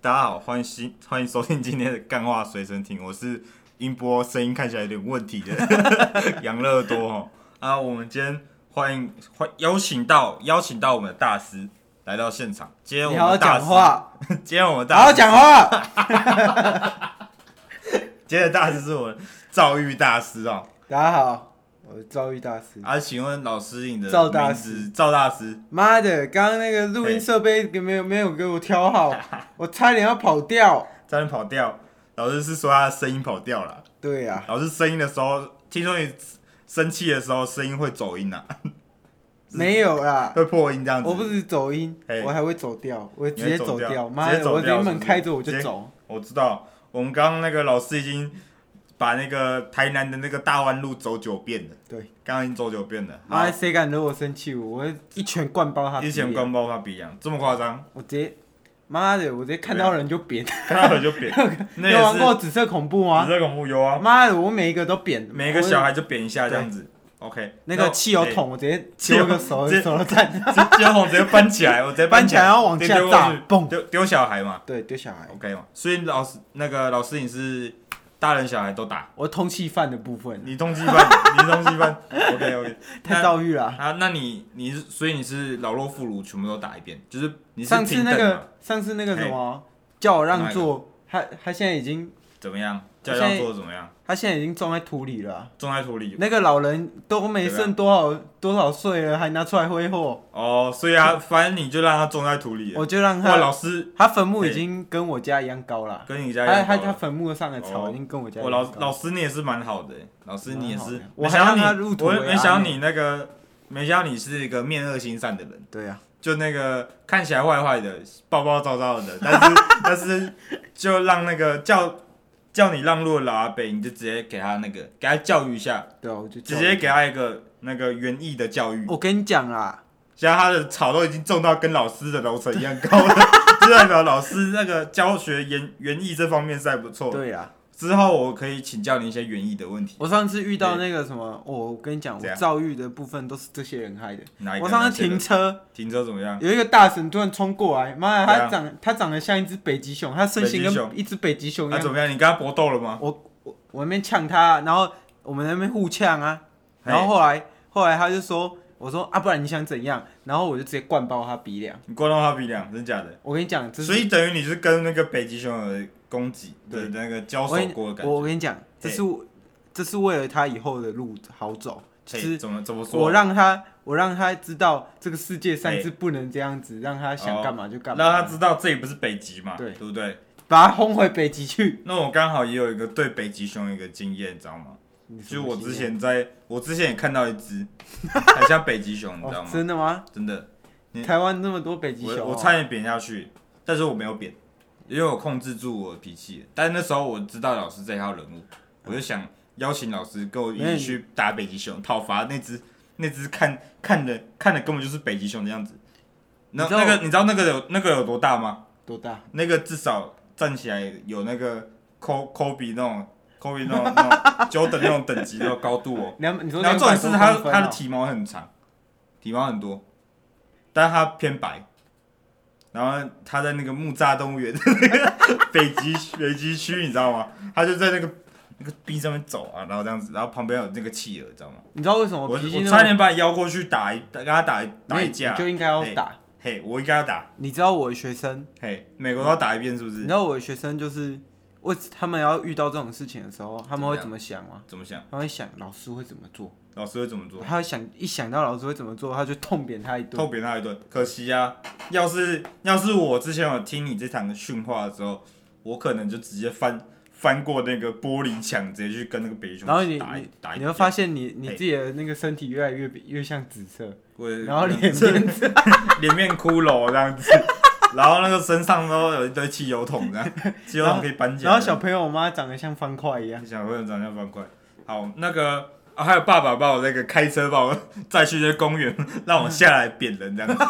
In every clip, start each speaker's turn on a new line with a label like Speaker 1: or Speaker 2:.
Speaker 1: 大家好，欢迎新欢迎收听今天的干话随身听，我是音波声音看起来有点问题的 杨乐多哦。啊，我们今天欢迎欢邀请到邀请到我们的大师来到现场，今天我
Speaker 2: 你好
Speaker 1: 们
Speaker 2: 好
Speaker 1: 的大
Speaker 2: 讲
Speaker 1: 师，
Speaker 2: 话，
Speaker 1: 今天我们的
Speaker 2: 好
Speaker 1: 大
Speaker 2: 好
Speaker 1: 师，
Speaker 2: 讲话。
Speaker 1: 今天的大师是我们造育大师哦。
Speaker 2: 大家好，我是遭遇大师。
Speaker 1: 啊，请问老师你的
Speaker 2: 赵大
Speaker 1: 名字赵大师，
Speaker 2: 妈的，刚刚那个录音设备给没有没有给我调 好，我差点要跑掉。
Speaker 1: 差点跑掉，老师是说他的声音跑掉了。
Speaker 2: 对啊呀、
Speaker 1: 老师声音的时候，听说你生气的时候声音会走音啊，
Speaker 2: 没有啦，
Speaker 1: 会破音这样子。
Speaker 2: 我不止走音
Speaker 1: 嘿，
Speaker 2: 我还会走掉，我直接走
Speaker 1: 你会走掉
Speaker 2: 掉。妈
Speaker 1: 直接
Speaker 2: 的，
Speaker 1: 走
Speaker 2: 我
Speaker 1: 掉
Speaker 2: 连门
Speaker 1: 是不是
Speaker 2: 开着我就
Speaker 1: 直接
Speaker 2: 走。
Speaker 1: 我知道，我们刚刚那个老师已经把那个台南的那个大湾路走九遍了。
Speaker 2: 对，
Speaker 1: 刚刚已经走九遍了。
Speaker 2: 妈的，谁敢惹我生气，我会一拳灌爆他
Speaker 1: 好，
Speaker 2: 鼻
Speaker 1: 一
Speaker 2: 梁。
Speaker 1: 拳灌爆他鼻梁，这么夸张？
Speaker 2: 我直接，妈的，我直接看到人就扁。
Speaker 1: 看到了就扁。啊 那
Speaker 2: 你
Speaker 1: 也
Speaker 2: 有玩
Speaker 1: 是
Speaker 2: 过紫色恐怖吗
Speaker 1: 紫？色恐怖有啊，
Speaker 2: 妈的，我每一个都扁。
Speaker 1: 每一个
Speaker 2: 我
Speaker 1: 小孩就扁一下这样子。OK，
Speaker 2: 那个汽油，桶，我直接丢个手
Speaker 1: 直接
Speaker 2: 手榴弹。
Speaker 1: 那我对 汽油桶直接搬起来，我直 接
Speaker 2: 搬
Speaker 1: 起
Speaker 2: 起
Speaker 1: 来
Speaker 2: 来，要往下
Speaker 1: 丢
Speaker 2: 炸
Speaker 1: 过去，
Speaker 2: 蹦！
Speaker 1: 丢丢小孩嘛。
Speaker 2: 对，丢小孩，
Speaker 1: OK 嘛，所以老师那个老师你是大人小孩都打，
Speaker 2: 我通气犯的部分
Speaker 1: 你通缉犯， 你通缉犯，OK OK
Speaker 2: 太遭遇了啊。
Speaker 1: 啊，那你你是所以你是老弱妇孺全部都打一遍，就是你是
Speaker 2: 上次
Speaker 1: 平
Speaker 2: 那
Speaker 1: 等的嘛，
Speaker 2: 个，上次那个什么，叫我让座，他他现在已经，
Speaker 1: 怎么样？教
Speaker 2: 我
Speaker 1: 教
Speaker 2: 现在
Speaker 1: 做得怎么样？
Speaker 2: 他现在已经种在土里了啊。
Speaker 1: 种在土里
Speaker 2: 那个老人都没剩多少
Speaker 1: 啊
Speaker 2: 多少岁了，还拿出来挥霍，
Speaker 1: 哦，所以啊，反正你就让他种在土里了。
Speaker 2: 我就让
Speaker 1: 哇，
Speaker 2: 他，
Speaker 1: 老师
Speaker 2: 他坟墓已经跟我家一样高了。
Speaker 1: 跟你家
Speaker 2: 他
Speaker 1: 一
Speaker 2: 他
Speaker 1: 样高，
Speaker 2: 他坟墓上的草
Speaker 1: 哦
Speaker 2: 已经跟我家一
Speaker 1: 我
Speaker 2: 样
Speaker 1: 老
Speaker 2: 高
Speaker 1: 老师你也是蛮好的欸，老师你也
Speaker 2: 蛮好
Speaker 1: 是
Speaker 2: 的，
Speaker 1: 没
Speaker 2: 我还
Speaker 1: 想到
Speaker 2: 让他
Speaker 1: 你
Speaker 2: 入土
Speaker 1: 我
Speaker 2: 为
Speaker 1: 没
Speaker 2: 安欸
Speaker 1: 想到
Speaker 2: 呢
Speaker 1: 你那个，没想到你是一个面恶心善的人。
Speaker 2: 对啊，
Speaker 1: 就那个看起来坏坏的、暴暴躁躁的，但是但是就让那个叫叫你让路的老阿伯，你就直接给他那个给他教育一下，
Speaker 2: 对啊，我就
Speaker 1: 直接给。他一个那个园艺的教育。
Speaker 2: 我跟你讲啦，
Speaker 1: 现在他的草都已经种到跟老师的楼层一样高了， 就代表老师那个教学园园艺这方面是还不错。
Speaker 2: 对啊，
Speaker 1: 之后我可以请教你一些园艺的问题。
Speaker 2: 我上次遇到那个什么，哦我我跟你讲，
Speaker 1: 怎
Speaker 2: 我
Speaker 1: 样
Speaker 2: 遭遇的部分都是这些人害的。
Speaker 1: 哪一个
Speaker 2: 我
Speaker 1: 呢
Speaker 2: 上次停车，
Speaker 1: 停车怎么样？
Speaker 2: 有一个大神突然冲过来，妈
Speaker 1: 怎
Speaker 2: 呀，他
Speaker 1: 样
Speaker 2: 长他长得像一只北极熊，他身形
Speaker 1: 北极熊
Speaker 2: 跟一只北极熊一
Speaker 1: 那、啊怎
Speaker 2: 样。
Speaker 1: 么样？你跟他搏斗了吗？
Speaker 2: 我那边呛他，然后我们那边互呛啊，然后
Speaker 1: 嘿
Speaker 2: 后来后来他就说，我说啊，不然你想怎样？然后我就直接灌爆他鼻梁。
Speaker 1: 你过到他鼻梁，真假的？
Speaker 2: 我跟你讲，这
Speaker 1: 所
Speaker 2: 是
Speaker 1: 以等于你是跟那个北极熊有攻击的
Speaker 2: 对
Speaker 1: 那个交
Speaker 2: 我
Speaker 1: 手
Speaker 2: 跟
Speaker 1: 过的感觉。
Speaker 2: 我我跟你讲，这是我这是为了他以后的路好走，就
Speaker 1: 嘿
Speaker 2: 是
Speaker 1: 怎么怎么说？
Speaker 2: 我让他我让他知道这个世界上是不能这样子，让他想干嘛就干嘛，
Speaker 1: 哦让他知道这里不是北极嘛，
Speaker 2: 对
Speaker 1: 对不对？
Speaker 2: 把他轰回北极去。
Speaker 1: 那我刚好也有一个对北极熊有一个经验，你知道吗？就是我
Speaker 2: 啊
Speaker 1: 之前在，我之前也看到一只，很像北极熊，你知道
Speaker 2: 哦
Speaker 1: 吗，？
Speaker 2: 真的吗？
Speaker 1: 真的，你
Speaker 2: 台湾那么多北极熊哦、
Speaker 1: 我我差点扁下去，但是我没有扁，因为我控制住我的脾气。但那时候我知道老师这一号人物，我就想邀请老师跟我一
Speaker 2: 没有
Speaker 1: 起去打北极熊，讨伐那只那只看看的看的根本就是北极熊的样子。那
Speaker 2: 你知道
Speaker 1: 那个你知道那个有那个有多大吗？
Speaker 2: 多大？
Speaker 1: 那个至少站起来有那个科科比那种科比那种 那种 Jordan 那种等级的高度哦。
Speaker 2: 两你说
Speaker 1: 然后重点是它
Speaker 2: 200公分哦
Speaker 1: 它的体毛很长，体毛很多，但它偏白。然后它在那个木栅动物园的 那个北极北极区，你知道吗？它就在那个那个壁上面走啊，然后这样子，然后旁边有那个企鹅，你知道吗？
Speaker 2: 你知道为什么
Speaker 1: 我
Speaker 2: 我
Speaker 1: 我
Speaker 2: 脾哦气那么
Speaker 1: 差点把你邀过去打一跟他打一打
Speaker 2: 你
Speaker 1: 一架
Speaker 2: 你，就应该要打。
Speaker 1: 嘿，我应该要打，
Speaker 2: 你知道我的学生，
Speaker 1: 嘿，美国都要打一遍是不
Speaker 2: 你
Speaker 1: 是
Speaker 2: 知？道我的学生就是为他们要遇到这种事情的时候，他们会怎么想吗？
Speaker 1: 怎么想？
Speaker 2: 他们会想老师会怎么做，
Speaker 1: 老师会怎么做？
Speaker 2: 他会想一想到老师会怎么做，他就痛扁他一顿。
Speaker 1: 痛扁他一顿。可惜啊，要是要是我之前有听你这堂训话的时候，我可能就直接翻翻过那个玻璃墙，直接去跟那个北极熊
Speaker 2: 然后你
Speaker 1: 打一
Speaker 2: 你
Speaker 1: 打一
Speaker 2: 你会发现你你自己的那个身体越来越越像紫色，
Speaker 1: 我嗯
Speaker 2: 然后脸
Speaker 1: 是
Speaker 2: 变
Speaker 1: 脸面骷髅这样子，然后那个身上都有一堆汽油桶这样，汽油桶可以搬起来。
Speaker 2: 然后小朋友妈长得像方块一样，
Speaker 1: 小朋友长相方块。好，那个啊，还有爸爸把我那个开车把我 载去那个公园， 让我下来扁人这样子。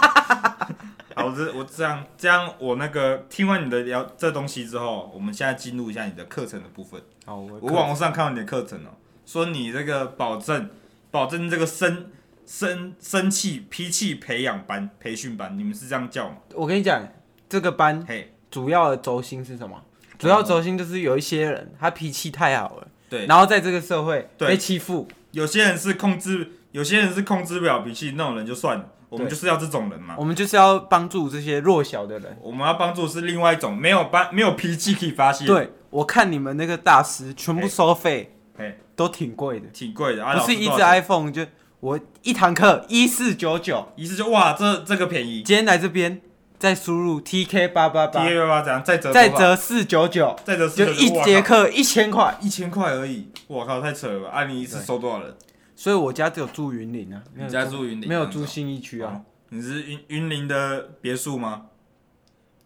Speaker 1: 好，我这我这样这样，我那个听完你的聊这东西之后，我们现在进入一下你的课程的部分。
Speaker 2: 好，我
Speaker 1: 我网络上看到你的课程哦、说你这个保证保证这个生生生气脾气培养班培训班，你们是这样叫吗？
Speaker 2: 我跟你讲，这个班
Speaker 1: 嘿，
Speaker 2: 主要的轴心是什么？
Speaker 1: 嗯
Speaker 2: 主要轴心就是有一些人他脾气太好了，
Speaker 1: 对，
Speaker 2: 然后在这个社会
Speaker 1: 对
Speaker 2: 被欺负，
Speaker 1: 有些人是控制，有些人是控制不了脾气，那种人就算了，我们
Speaker 2: 对
Speaker 1: 就是要这种人嘛。
Speaker 2: 我们就是要帮助这些弱小的人。
Speaker 1: 我们要帮助的是另外一种没有发没有脾气可以发泄，，
Speaker 2: 对，我看你们那个大师全部
Speaker 1: 嘿
Speaker 2: 收费
Speaker 1: 嘿，
Speaker 2: 都挺贵的，
Speaker 1: 挺贵的啊。
Speaker 2: 不
Speaker 1: 老
Speaker 2: 是
Speaker 1: 师
Speaker 2: 一
Speaker 1: 多
Speaker 2: 只
Speaker 1: 少钱
Speaker 2: iPhone 就我一堂课一四九九，
Speaker 1: 一次就哇，这这个便宜
Speaker 2: 今天来这边再输入 TK 八八
Speaker 1: ，T
Speaker 2: 八，
Speaker 1: A 八八怎样？再折
Speaker 2: 再
Speaker 1: 多少
Speaker 2: 折四九九，
Speaker 1: 再折四
Speaker 2: 就
Speaker 1: 折
Speaker 2: 一节课一千块。
Speaker 1: 一千块而已，我靠，太扯了吧！啊，你一次收多少人？
Speaker 2: 所以我家只有住云林啊，没有
Speaker 1: 你家住云林
Speaker 2: 没有
Speaker 1: 这样子
Speaker 2: 住
Speaker 1: 哦
Speaker 2: 信义区啊。
Speaker 1: 哦你是云云林的别墅 吗？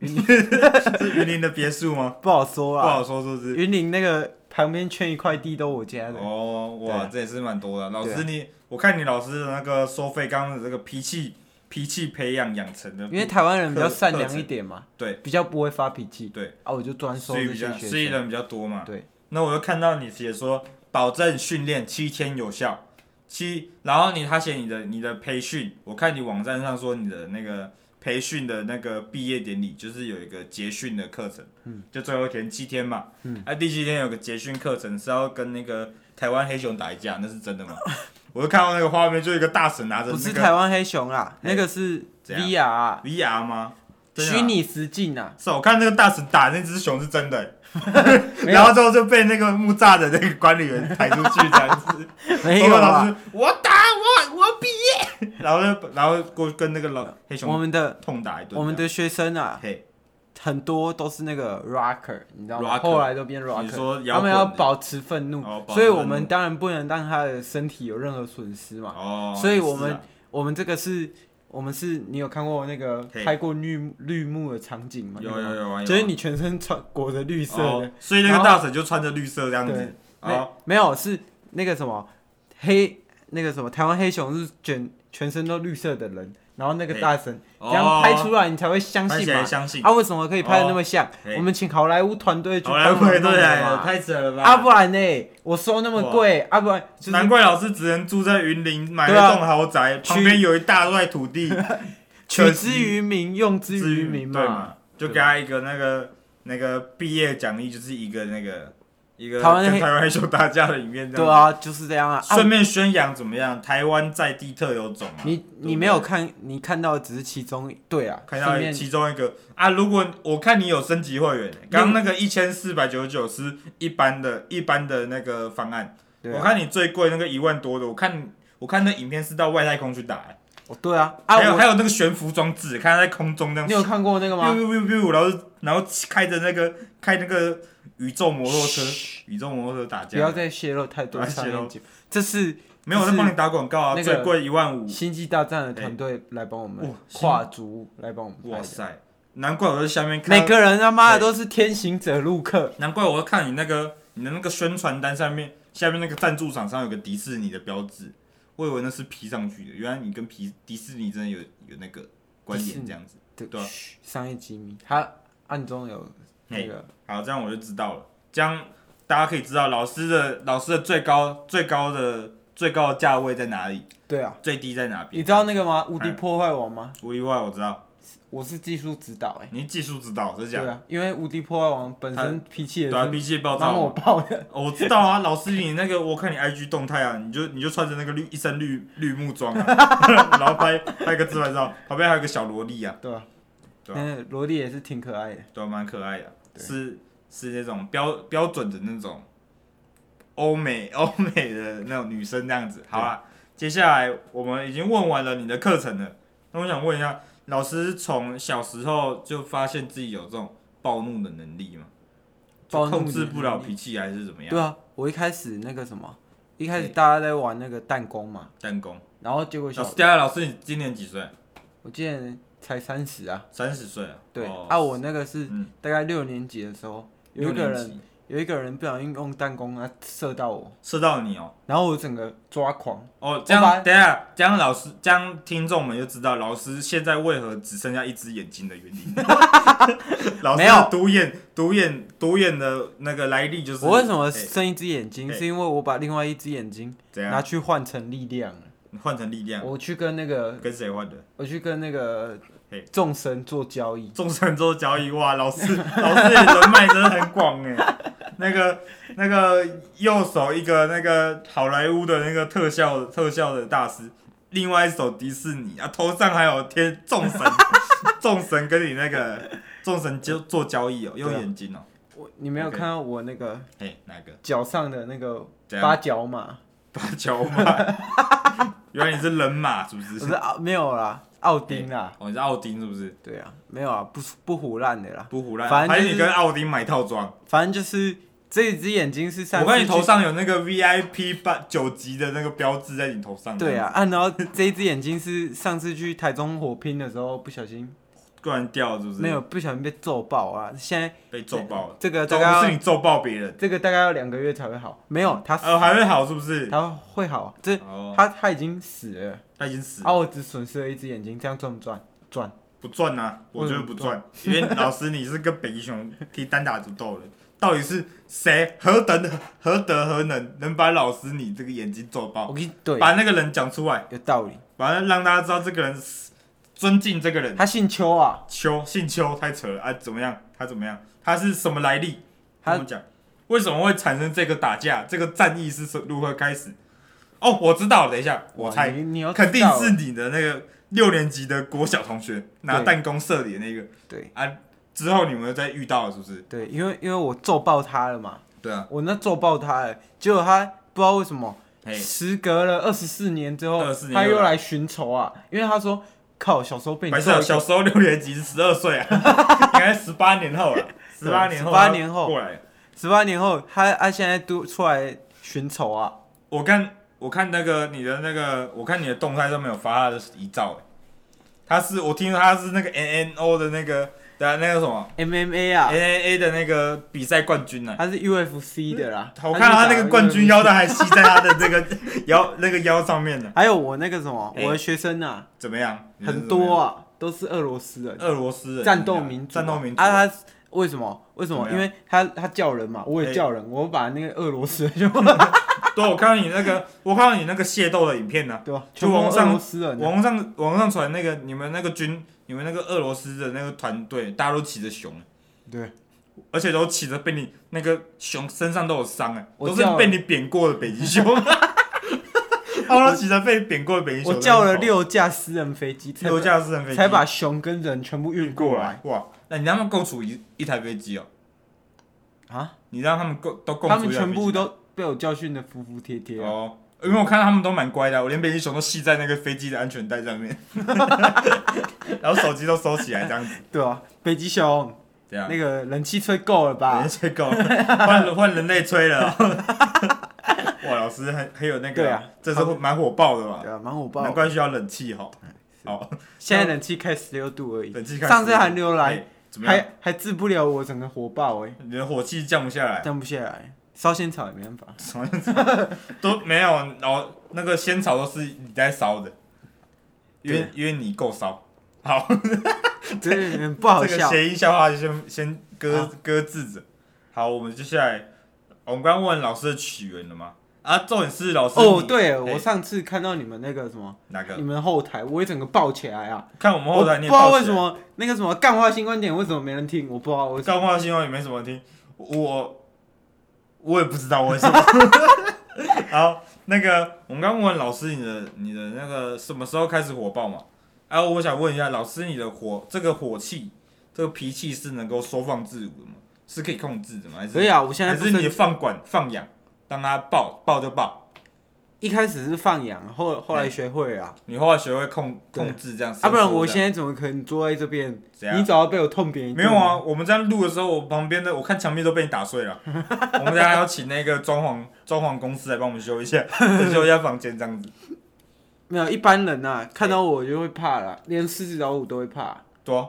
Speaker 1: 是云林的别墅吗？
Speaker 2: 不好说
Speaker 1: 不
Speaker 2: 啊。
Speaker 1: 好说，是不是？
Speaker 2: 云林那个旁边圈一块地都我家的，
Speaker 1: 哦，
Speaker 2: 对
Speaker 1: 哇，
Speaker 2: 啊
Speaker 1: 这也是蛮多的。老
Speaker 2: 对
Speaker 1: 师你，我看你老师的那个收费刚刚的这个脾气脾气培养养成的，
Speaker 2: 因为台湾人比较
Speaker 1: 特
Speaker 2: 善
Speaker 1: 特
Speaker 2: 良
Speaker 1: 质
Speaker 2: 一点嘛，
Speaker 1: 对，
Speaker 2: 比较不会发脾气。
Speaker 1: 对
Speaker 2: 啊，我就专收
Speaker 1: 所以
Speaker 2: 这
Speaker 1: 比
Speaker 2: 些
Speaker 1: 较
Speaker 2: 学
Speaker 1: 失忆
Speaker 2: 生。
Speaker 1: 人比较多嘛。
Speaker 2: 对，
Speaker 1: 那我又看到你写说保证训练七天有效，七，然后你他写你的你的培训，我看你网站上说你的那个培训的那个毕业典礼就是有一个结训的课程，嗯，就最后一天七天嘛，嗯，啊第七天有个结训课程是要跟那个台湾黑熊打一架，那是真的吗？ 我就看到那个画面，就一个大神拿着
Speaker 2: 不是
Speaker 1: 那
Speaker 2: 台
Speaker 1: 个
Speaker 2: 湾黑熊啦，
Speaker 1: 嘿
Speaker 2: 那个是
Speaker 1: 怎样
Speaker 2: VR 啊
Speaker 1: VR 吗？真的啊
Speaker 2: 虚。拟实境啊，
Speaker 1: 是啊，我看那个大神打那只熊是真的欸、
Speaker 2: 没有
Speaker 1: 然后之后就被那个木栅的那个管理员抬出去这样子。
Speaker 2: 没
Speaker 1: 然
Speaker 2: 有
Speaker 1: 后老
Speaker 2: 啊。
Speaker 1: 师，我打我我毕业， 然后就然后过去跟那个老黑
Speaker 2: 我
Speaker 1: 熊
Speaker 2: 们的
Speaker 1: 痛打一顿。
Speaker 2: 我们的学生啊，
Speaker 1: 嘿，
Speaker 2: 很多都是那个 rocker，你知道吗
Speaker 1: Rocker
Speaker 2: 后来都变
Speaker 1: 你
Speaker 2: rocker，
Speaker 1: 说摇
Speaker 2: 他
Speaker 1: 滚
Speaker 2: 们
Speaker 1: 的
Speaker 2: 要保持愤怒
Speaker 1: 哦保持愤怒
Speaker 2: 所以我们当然不能让他的身体有任何损失嘛。
Speaker 1: 哦，
Speaker 2: 啊所以
Speaker 1: 也是
Speaker 2: 我们
Speaker 1: 啊
Speaker 2: 我们这个是，我们是你有看过那个
Speaker 1: 嘿
Speaker 2: 拍过绿绿幕的场景吗？
Speaker 1: 有
Speaker 2: 那个
Speaker 1: 有有啊，有
Speaker 2: 就是
Speaker 1: 啊
Speaker 2: 你全身穿裹着绿色的
Speaker 1: 哦，所以那
Speaker 2: 然后
Speaker 1: 个大婶就穿着绿色这样
Speaker 2: 对
Speaker 1: 子。
Speaker 2: 没
Speaker 1: 哦，
Speaker 2: 没有是那个什么黑那个什么台湾黑熊是卷全身都绿色的人，然后那个
Speaker 1: 嘿哦
Speaker 2: 大神这样拍出来你才会相
Speaker 1: 拍
Speaker 2: 信
Speaker 1: 起
Speaker 2: 嘛
Speaker 1: 来。相信。哦
Speaker 2: 啊，为什么可以拍的那么像？
Speaker 1: 嘿哦
Speaker 2: 我们请好莱坞团队去
Speaker 1: 好来
Speaker 2: 帮忙
Speaker 1: 回
Speaker 2: 弄
Speaker 1: 对
Speaker 2: 的嘛
Speaker 1: 啊，太扯了吧！
Speaker 2: 啊，不然呢？我收那么贵，啊，不然就
Speaker 1: 难
Speaker 2: 是
Speaker 1: 怪老师只能住在云林，买
Speaker 2: 对啊
Speaker 1: 了栋豪宅，
Speaker 2: 去
Speaker 1: 旁边有一大块土地，
Speaker 2: 取之于民，用之
Speaker 1: 至
Speaker 2: 于
Speaker 1: 于
Speaker 2: 民
Speaker 1: 对
Speaker 2: 嘛。
Speaker 1: 嘛，就给他一个那个那个毕业奖励，就是一个那个一个
Speaker 2: 台湾黑
Speaker 1: 跟台湾黑熊打架的影片这
Speaker 2: 对
Speaker 1: 样子。
Speaker 2: 啊，就是这样啊。啊
Speaker 1: 顺便宣扬怎么样？台湾在地特有种啊！
Speaker 2: 你
Speaker 1: 对不对
Speaker 2: 你没有看，你看到的只是其中一对啊，
Speaker 1: 看
Speaker 2: 顺
Speaker 1: 到
Speaker 2: 便
Speaker 1: 其中一个啊，如果我看你有升级会员，刚刚那个一千四百九十九是一般的一般的那个方案，
Speaker 2: 对
Speaker 1: 我
Speaker 2: 啊，
Speaker 1: 看你最贵那个一万多的，我看我看那影片是到外太空去打、欸
Speaker 2: 哦对啊，啊
Speaker 1: 还有还
Speaker 2: 我
Speaker 1: 有那个悬浮装置，看它在空中这样
Speaker 2: 你有看过那个吗？
Speaker 1: biu biu biu biu，然后然后开着那个开那个宇宙摩托车，宇宙摩托车打
Speaker 2: 不要
Speaker 1: 架，
Speaker 2: 再泄露太多
Speaker 1: 不要泄
Speaker 2: 商
Speaker 1: 露
Speaker 2: 业机密，这是
Speaker 1: 没有我在帮你打广告啊，
Speaker 2: 那个哎
Speaker 1: 最贵一万五，
Speaker 2: 《星际大战》的团队来帮我们
Speaker 1: 哎哇
Speaker 2: 跨足来帮我们拍
Speaker 1: 哇
Speaker 2: 的，
Speaker 1: 塞，难怪我在下面
Speaker 2: 每
Speaker 1: 看，
Speaker 2: 个人他妈的都是天行者陆克，
Speaker 1: 难怪我看你那个你的那个宣传单上面下面那个赞助厂商有个迪士尼的标志，我以为那是 P 上去的，原来你跟皮迪士尼真的有有那个关
Speaker 2: 迪士
Speaker 1: 联
Speaker 2: 尼
Speaker 1: 这样子。
Speaker 2: 对
Speaker 1: 对啊
Speaker 2: 嘘商业机密，他暗中有
Speaker 1: 哎
Speaker 2: 那个
Speaker 1: 好，这样我就知道了，这样大家可以知道老师的老师的最高最高的最高的价位在哪里，
Speaker 2: 对啊，
Speaker 1: 最低在哪边。
Speaker 2: 你知道那个
Speaker 1: 哎
Speaker 2: 吗？无敌破坏王吗？
Speaker 1: 无意外，我知道，
Speaker 2: 我是技术指导哎，
Speaker 1: 你技术指导是这
Speaker 2: 对
Speaker 1: 样，
Speaker 2: 啊，因为无敌破坏王本身脾气也
Speaker 1: 对
Speaker 2: 是
Speaker 1: 啊，脾气暴
Speaker 2: 蛮火
Speaker 1: 躁。
Speaker 2: 爆的，
Speaker 1: 哦我知道啊， 老师你那个，我看你 IG 动态啊，你就你就穿着那个绿一身绿绿木装啊， 然后拍拍一个自拍照，旁边还有个小萝莉啊，
Speaker 2: 对吧？
Speaker 1: 对 啊
Speaker 2: 嗯，萝莉也是挺可爱的，
Speaker 1: 对啊，蛮可爱的，
Speaker 2: 对
Speaker 1: 是是那种标标准的那种欧美欧美的那种女生这样子。好啦，接下来我们已经问完了你的课程了，那我想问一下，老师从小时候就发现自己有这种暴怒的能力吗？就
Speaker 2: 暴怒的
Speaker 1: 控制不了
Speaker 2: 能力
Speaker 1: 脾气还是怎么样？
Speaker 2: 对啊，我一开始那个什么，一开始
Speaker 1: 对
Speaker 2: 大家在玩那个弹弓嘛，
Speaker 1: 弹弓。
Speaker 2: 然后结果
Speaker 1: 老
Speaker 2: 小
Speaker 1: 师，等一下老师，你今年几岁？啊
Speaker 2: 我记得才三十啊，
Speaker 1: 三十岁啊。
Speaker 2: 对，
Speaker 1: 哦
Speaker 2: 啊，我那个是
Speaker 1: 嗯，
Speaker 2: 大概六年级的时候，有
Speaker 1: 六
Speaker 2: 一个
Speaker 1: 年
Speaker 2: 人
Speaker 1: 级
Speaker 2: 有一个人不小心用弹弓啊射到我，
Speaker 1: 射到你哦。
Speaker 2: 然后我整个抓狂，
Speaker 1: 哦，这
Speaker 2: 我把
Speaker 1: 样等一下，这样老师，这样听众们就知道老师现在为何只剩下一只眼睛的原 因。老师
Speaker 2: 没有
Speaker 1: 独眼，独眼，独眼的那个来历就是
Speaker 2: 我为什么
Speaker 1: 哎
Speaker 2: 剩一只眼睛？
Speaker 1: 哎啊
Speaker 2: 是因为我把另外一只眼睛
Speaker 1: 怎
Speaker 2: 拿
Speaker 1: 样？
Speaker 2: 去换成力量了。啊
Speaker 1: 你换成力量，
Speaker 2: 我去跟那个，
Speaker 1: 跟谁换的？
Speaker 2: 我去跟那个
Speaker 1: 嘿
Speaker 2: 众神做交易，
Speaker 1: 众神做交易，哇，老师 老师你人脉真的很广哎。那个那个右手一个那个好莱坞的那个特效特效的大师，另外一手迪士尼啊，头上还有贴众神， 众神跟你那个众神就做交易哦，用
Speaker 2: 对啊
Speaker 1: 眼睛哦，
Speaker 2: 我你没有
Speaker 1: OK
Speaker 2: 看到我那个
Speaker 1: 嘿，哪个？
Speaker 2: 脚上的那个
Speaker 1: 怎样？
Speaker 2: 八角马？
Speaker 1: 八角马？ 原来你是人马是不
Speaker 2: 不
Speaker 1: 是？
Speaker 2: 是啊，没有啦，奥丁啦，
Speaker 1: 哦，你是奥丁是不是？
Speaker 2: 对啊，没有啊，不不胡乱的啦，
Speaker 1: 不胡乱，
Speaker 2: 反正
Speaker 1: 还
Speaker 2: 就是
Speaker 1: 是你跟奥丁买套装？
Speaker 2: 反正就是这只眼睛是上，
Speaker 1: 我看你头。上有那个 VIP 八九级的那个标志在你头上。
Speaker 2: 对啊，，啊，然后这一只眼睛是上次去台中火拼的时候不小心，
Speaker 1: 突然掉了是不是？
Speaker 2: 没有不小心被揍爆啊！现在
Speaker 1: 被揍爆了，
Speaker 2: 这个大
Speaker 1: 总
Speaker 2: 概
Speaker 1: 不是
Speaker 2: 要
Speaker 1: 你揍爆别人，
Speaker 2: 这个大概要两个月才会好，没有他死
Speaker 1: 呃，还会好是不是？
Speaker 2: 他会好，啊这
Speaker 1: 哦，
Speaker 2: 他他已经死了，
Speaker 1: 他已经死了，
Speaker 2: 啊，我只损失了一只眼睛，这样赚不赚？赚，
Speaker 1: 不赚呐，我觉得不
Speaker 2: 嗯
Speaker 1: 赚，因为老师你是跟北极熊踢单打独斗的，到底是谁何等何德何能能把老师你这个眼睛揍
Speaker 2: 我
Speaker 1: 爆？
Speaker 2: 跟你对，
Speaker 1: 把那个人讲出来，
Speaker 2: 有道理。
Speaker 1: 完了让大家知道这个人是尊敬这个人。
Speaker 2: 他姓邱啊，
Speaker 1: 邱姓邱太扯了啊！怎么样？他怎么样？他是什么来历？
Speaker 2: 他
Speaker 1: 跟我讲，为什么会产生这个打架？这个战役是什如何开始？哦，我知道了，等一下，我
Speaker 2: 哇
Speaker 1: 猜
Speaker 2: 你你要
Speaker 1: 肯定
Speaker 2: 知道
Speaker 1: 是你的那个六年级的国小同学拿
Speaker 2: 对
Speaker 1: 弹弓射你的那个
Speaker 2: 对
Speaker 1: 啊。之后你们又再遇到了是不是？
Speaker 2: 对，因为因为我揍爆他了嘛，
Speaker 1: 对啊，
Speaker 2: 我那揍爆他了，结果他不知道为什么，
Speaker 1: 嘿，
Speaker 2: 时隔了二十四年之后
Speaker 1: 24，年
Speaker 2: 他
Speaker 1: 又
Speaker 2: 又
Speaker 1: 来
Speaker 2: 来寻仇啊，因为他说靠，小时候哎被你
Speaker 1: 白
Speaker 2: 揍
Speaker 1: 色
Speaker 2: 一
Speaker 1: 小
Speaker 2: 个，
Speaker 1: 时候六年级是十二岁啊， 应该十八年后了，十八年后，
Speaker 2: 18年后
Speaker 1: 过来。
Speaker 2: 十八年后，他他现在都出来寻仇啊，
Speaker 1: 我看我看那个你的那个，我看你的动态上面有发他的遗照、欸，他是我听说他是那个 N N O 的那个的那个什么
Speaker 2: MMA 啊，
Speaker 1: N N A 的那个比赛冠军呢、
Speaker 2: 他是 UFC 的啦。
Speaker 1: 我嗯看啊到他那个冠军
Speaker 2: 腰。
Speaker 1: 腰带还系在他的这 个腰那个腰上面呢，
Speaker 2: 还有我那个什么，
Speaker 1: 哎
Speaker 2: 我的学生啊，
Speaker 1: 怎么样？你觉得
Speaker 2: 很
Speaker 1: 怎么样
Speaker 2: 多啊，都是俄罗斯人，
Speaker 1: 俄罗斯人
Speaker 2: 战斗民族，
Speaker 1: 战斗民族
Speaker 2: 啊，他为什么？为什么？
Speaker 1: 怎
Speaker 2: 因
Speaker 1: 么样
Speaker 2: 为他他叫人嘛，我也
Speaker 1: 哎
Speaker 2: 叫人，我把那个俄罗斯人就
Speaker 1: 对，我看到你那个我看到你那个械斗的影片呢、
Speaker 2: 对吧？
Speaker 1: 就
Speaker 2: 全部
Speaker 1: 网上
Speaker 2: 俄罗斯人啊，
Speaker 1: 网上网上传那个你们那个军你们那个俄罗斯的那个团队，大家都骑着熊。
Speaker 2: 对，
Speaker 1: 而且都骑着被你那个熊身上都有伤哎、
Speaker 2: 我
Speaker 1: 都是
Speaker 2: 叫了哦
Speaker 1: 被你扁过的北极 熊，他们都骑着被扁过的北极熊。哦
Speaker 2: 我叫了六架私人飞机，才
Speaker 1: 六架私人飞机
Speaker 2: 才把熊跟人全部运
Speaker 1: 过
Speaker 2: 过
Speaker 1: 来
Speaker 2: 来，
Speaker 1: 哇！那你让他们共处一一台飞机哦、
Speaker 2: 啊！
Speaker 1: 你让他们共都共处
Speaker 2: 他
Speaker 1: 一台
Speaker 2: 们
Speaker 1: 飞机
Speaker 2: 全部都被我教训的服服帖帖啊，
Speaker 1: 哦。因为我看到他们都蛮乖的啊，我连北极熊都系在那个飞机的安全带上 面，然后手机都收起来这样子，
Speaker 2: 对啊，北极熊
Speaker 1: 这样
Speaker 2: 那个人气吹够了
Speaker 1: 人
Speaker 2: 吧
Speaker 1: 类？吹够了， 换换人类吹了哦。哇，老师很很有那
Speaker 2: 对
Speaker 1: 个，
Speaker 2: 啊
Speaker 1: 这是蛮火爆的吧？
Speaker 2: 对啊，蛮火爆
Speaker 1: 难
Speaker 2: 的。
Speaker 1: 怪需要冷气哈。好，
Speaker 2: 现在冷气开十六度而已，
Speaker 1: 冷气开始。
Speaker 2: 上次寒流来
Speaker 1: 哎，怎么样？
Speaker 2: 还还治不了我整个火爆哎、
Speaker 1: 你的火气降不下来，
Speaker 2: 降不下来，烧仙草也没办法。
Speaker 1: 什么都没有，然后那个仙草都是你在烧的，因为
Speaker 2: 对
Speaker 1: 因为你够烧。好，
Speaker 2: 对，嗯不好
Speaker 1: 这个
Speaker 2: 笑。啊
Speaker 1: 谐音笑话就先先搁
Speaker 2: 好
Speaker 1: 搁置着。好，我们接下来，我们刚刚问老师的起源了吗？啊，重点是老师
Speaker 2: 哦，
Speaker 1: 你
Speaker 2: 对，
Speaker 1: 哎
Speaker 2: 我上次看到你们那个什么，
Speaker 1: 哪个？
Speaker 2: 你们后台，我也整个爆起来啊！
Speaker 1: 看我们后台
Speaker 2: 我不
Speaker 1: 你
Speaker 2: 知
Speaker 1: 也
Speaker 2: 道
Speaker 1: 爆
Speaker 2: 为
Speaker 1: 起
Speaker 2: 什
Speaker 1: 来
Speaker 2: 么那个什么干话新观点为什么没人听，我不知道为什
Speaker 1: 干
Speaker 2: 么。
Speaker 1: 话新闻也没什么听，我我也不知道为 什么。好，那个我们刚问老师你的你的那个什么时候开始火爆嘛？啊，我想问一下老师，你的火这个火气，这个脾气是能够收放自如的吗？是可以控制的吗？还是
Speaker 2: 所以啊，我现在
Speaker 1: 还
Speaker 2: 不
Speaker 1: 是你
Speaker 2: 是
Speaker 1: 放管放养，让它爆爆就爆？
Speaker 2: 一开始是放养，后后来学会了啊，
Speaker 1: 你后来学会控
Speaker 2: 对
Speaker 1: 控制这样，
Speaker 2: 啊，不然
Speaker 1: 伸缩
Speaker 2: 我
Speaker 1: 这
Speaker 2: 现
Speaker 1: 样
Speaker 2: 在怎么可能坐在这边？
Speaker 1: 怎样
Speaker 2: 你早要被我痛扁一
Speaker 1: 没
Speaker 2: 顿
Speaker 1: 有
Speaker 2: 了
Speaker 1: 啊，，我们这样录的时候，我旁边的我看墙壁都被你打碎 了。我们家还要请那个装潢装潢公司来帮我们修一下， 修一下房间这样子。
Speaker 2: 没有一般人啊，看到我就会怕了，连狮子老虎都会怕。
Speaker 1: 对啊，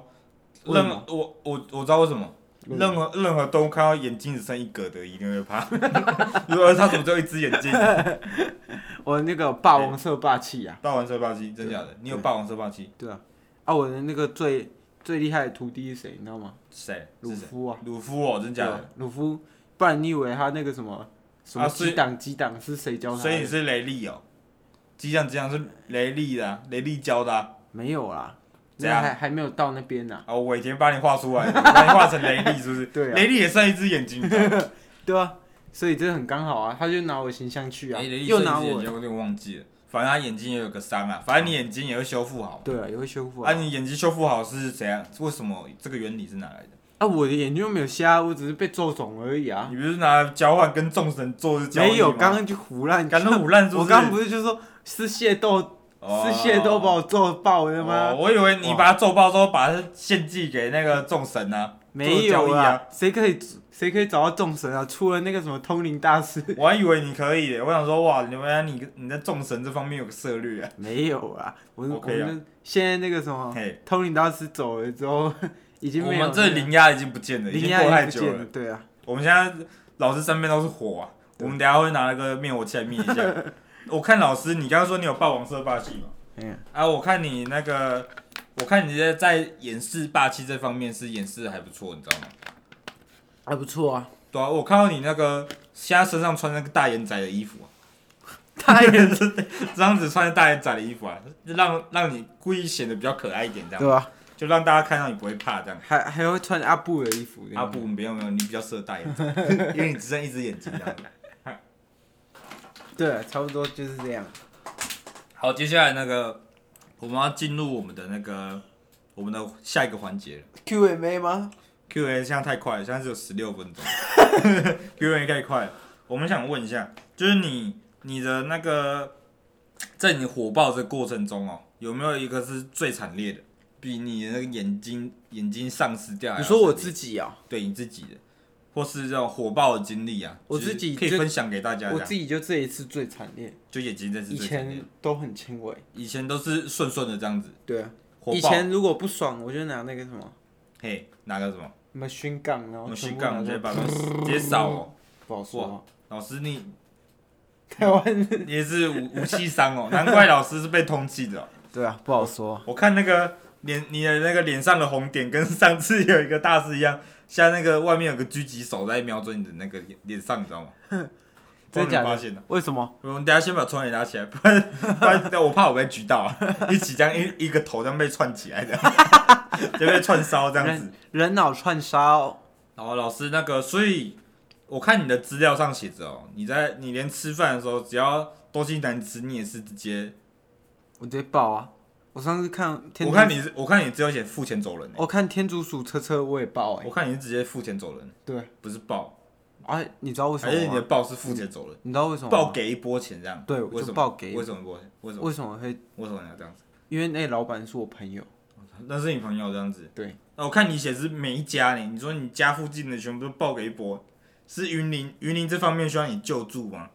Speaker 2: 为
Speaker 1: 任
Speaker 2: 什么
Speaker 1: 我我我知道为什么，
Speaker 2: 嗯
Speaker 1: 任何任何动物看到眼睛只剩一格的一定会怕。 如果它怎么只有一只 眼睛？
Speaker 2: 我那个霸王色霸气啊，
Speaker 1: 霸王色霸气，真假的？你有霸王色霸气？
Speaker 2: 对啊，啊，我的那个最最厉害的徒弟是谁，你知道吗？
Speaker 1: 谁？
Speaker 2: 鲁
Speaker 1: 是谁
Speaker 2: 夫啊，
Speaker 1: 鲁夫哦，真假
Speaker 2: 对
Speaker 1: 的？
Speaker 2: 啊鲁夫，不然你以为他那个什么什么
Speaker 1: 啊所以
Speaker 2: 几档几档是谁教他
Speaker 1: 所以你
Speaker 2: 的？
Speaker 1: 是雷利哦，激将激将是雷利的啊、雷利教的啊。
Speaker 2: 没有啦，
Speaker 1: 怎
Speaker 2: 那
Speaker 1: 样
Speaker 2: 还还没有到那边呢。
Speaker 1: 哦，我以前把你画出来的，把你画成雷利是不是？
Speaker 2: 对啊
Speaker 1: 雷利也剩一只眼 睛。
Speaker 2: 对啊，所以这很刚好啊，他就拿我形象去啊，
Speaker 1: 哎雷利
Speaker 2: 又
Speaker 1: 剩
Speaker 2: 拿
Speaker 1: 一只眼
Speaker 2: 我，
Speaker 1: 睛，我有点忘记了。反正他眼睛也有个伤啊，反正你眼睛也会修复好嘛。
Speaker 2: 对啊，也会修复
Speaker 1: 啊，
Speaker 2: 啊。
Speaker 1: 你眼睛修复好是怎样？为什么这个原理是哪来的？
Speaker 2: 啊，我的眼睛又没有瞎，我只是被揍肿而已啊。
Speaker 1: 你不是拿来交换跟众神做是交易吗
Speaker 2: 没有，刚刚就胡乱
Speaker 1: 感
Speaker 2: 讲。
Speaker 1: 动腐烂是不
Speaker 2: 我
Speaker 1: 是？
Speaker 2: 刚刚不是就说是械斗，
Speaker 1: 哦
Speaker 2: 是械斗把我揍爆的
Speaker 1: 哦
Speaker 2: 吗？
Speaker 1: 我以为你把他揍爆之后，把他献祭给那个众神 啊，
Speaker 2: 没
Speaker 1: 做
Speaker 2: 有
Speaker 1: 交易啊。
Speaker 2: 啊，谁可以谁可以找到众神啊？除了那个什么通灵大师，
Speaker 1: 我还以为你可以耶，我想说哇，原来你你在众神这方面有个策略啊。
Speaker 2: 没有啊。我我
Speaker 1: OK 啊
Speaker 2: 们现在那个什么
Speaker 1: 嘿，
Speaker 2: 通灵大师走了之后，哦 已经
Speaker 1: 我
Speaker 2: 没有
Speaker 1: 们这灵压已经不见了，已
Speaker 2: 灵
Speaker 1: 经
Speaker 2: 压
Speaker 1: 过太
Speaker 2: 也不
Speaker 1: 久
Speaker 2: 见了，
Speaker 1: 了。
Speaker 2: 对啊，
Speaker 1: 我们现在老师身边都是火啊，
Speaker 2: 对
Speaker 1: 我们等一下会拿那个灭火器来灭一 下。我看老师，你刚刚说你有霸王色霸气嘛？
Speaker 2: 哎呀，
Speaker 1: 啊，我看你那个，我看你在在掩饰霸气这方面是掩饰的还不错，你知道吗？
Speaker 2: 还不错啊。
Speaker 1: 对啊，我看到你那个现在身上穿那个大眼仔的衣服、啊，
Speaker 2: 他也
Speaker 1: 这样子穿大眼仔的衣服啊，让让你故意显得比较可爱一点，这样
Speaker 2: 对啊吧？
Speaker 1: 就让大家看到你不会怕这样。
Speaker 2: 还还会穿阿布的衣服。
Speaker 1: 阿布，没有没有，你比较适合大 眼仔，因为你只剩一只眼睛这样。
Speaker 2: 对，差不多就是这样。
Speaker 1: 好，接下来那个我们要进入我们的那个我们的下一个环节了。
Speaker 2: Q&A 吗？
Speaker 1: Q&A 现在太快了，现在只有十六分钟 ，Q&A 太快了。我们想问一下，就是你你的那个在你火爆的过程中哦，有没有一个是最惨烈的，比你的那个眼睛眼睛丧失掉还
Speaker 2: 你
Speaker 1: 要惨烈？
Speaker 2: 说我自己啊、
Speaker 1: 对你自己的，或是这种火爆的经历啊，
Speaker 2: 我
Speaker 1: 就是
Speaker 2: 自己
Speaker 1: 可以
Speaker 2: 就
Speaker 1: 分享给大家这
Speaker 2: 我
Speaker 1: 样。
Speaker 2: 自己就这一次最惨烈，
Speaker 1: 就眼睛这是
Speaker 2: 以
Speaker 1: 最惨烈
Speaker 2: 前
Speaker 1: 的，
Speaker 2: 都很轻微。
Speaker 1: 以前都是顺顺的这样子，
Speaker 2: 对啊，
Speaker 1: 火爆。
Speaker 2: 以前如果不爽，我就拿那个什么
Speaker 1: 嘿，拿个什么？
Speaker 2: 什么熏杠，然
Speaker 1: 我
Speaker 2: 后
Speaker 1: 们
Speaker 2: 哦全
Speaker 1: 新
Speaker 2: 部
Speaker 1: 杠
Speaker 2: 拿
Speaker 1: 直接
Speaker 2: 去
Speaker 1: 把它直接扫哦。
Speaker 2: 不好说啊。
Speaker 1: 老师你
Speaker 2: 台湾
Speaker 1: 你也是武武器伤哦， 难怪老师是被通缉的哦、
Speaker 2: 对啊，不好说。
Speaker 1: 我看那个脸，你的那个脸上的红点跟上次有一个大师一样，像那个外面有个狙击手在瞄准你的那个脸脸上，你知道吗？
Speaker 2: 真
Speaker 1: 不知道
Speaker 2: 的假的
Speaker 1: 你有没有发现的？
Speaker 2: 为什么？
Speaker 1: 我们等一下先把窗帘拉起来， 不然不然我怕我被狙到、啊， 一起这样一一个头这样被串起来的， 就被串烧这样子
Speaker 2: 人。人脑串哦烧，
Speaker 1: 然后老师那个，所以我看你的资料上写着哦，你在你连吃饭的时候，只要东西难吃，你也是直接
Speaker 2: 我直接爆啊！我上次看天，
Speaker 1: 我看，你是，我看你只有写付钱走人、欸，
Speaker 2: 我看天竺鼠车车我也爆哎、
Speaker 1: 我看你是直接付钱走人，欸
Speaker 2: 对，
Speaker 1: 不是报，
Speaker 2: 啊，你知道为什
Speaker 1: 而且
Speaker 2: 么
Speaker 1: 哎你的
Speaker 2: 吗？
Speaker 1: 报是付钱走人，
Speaker 2: 你知道为什么吗？
Speaker 1: 报给一波钱这样。
Speaker 2: 对我就
Speaker 1: 为什么
Speaker 2: 报给
Speaker 1: 为什么拨？为什么？
Speaker 2: 为什么会
Speaker 1: 为什么你要这样子？
Speaker 2: 因为那老板是我朋友，
Speaker 1: 那是你朋友这样子。
Speaker 2: 对。
Speaker 1: 那我看你写是每一家呢，你说你家附近的全部都报给一波，是云林，云林这方面需要你救助吗？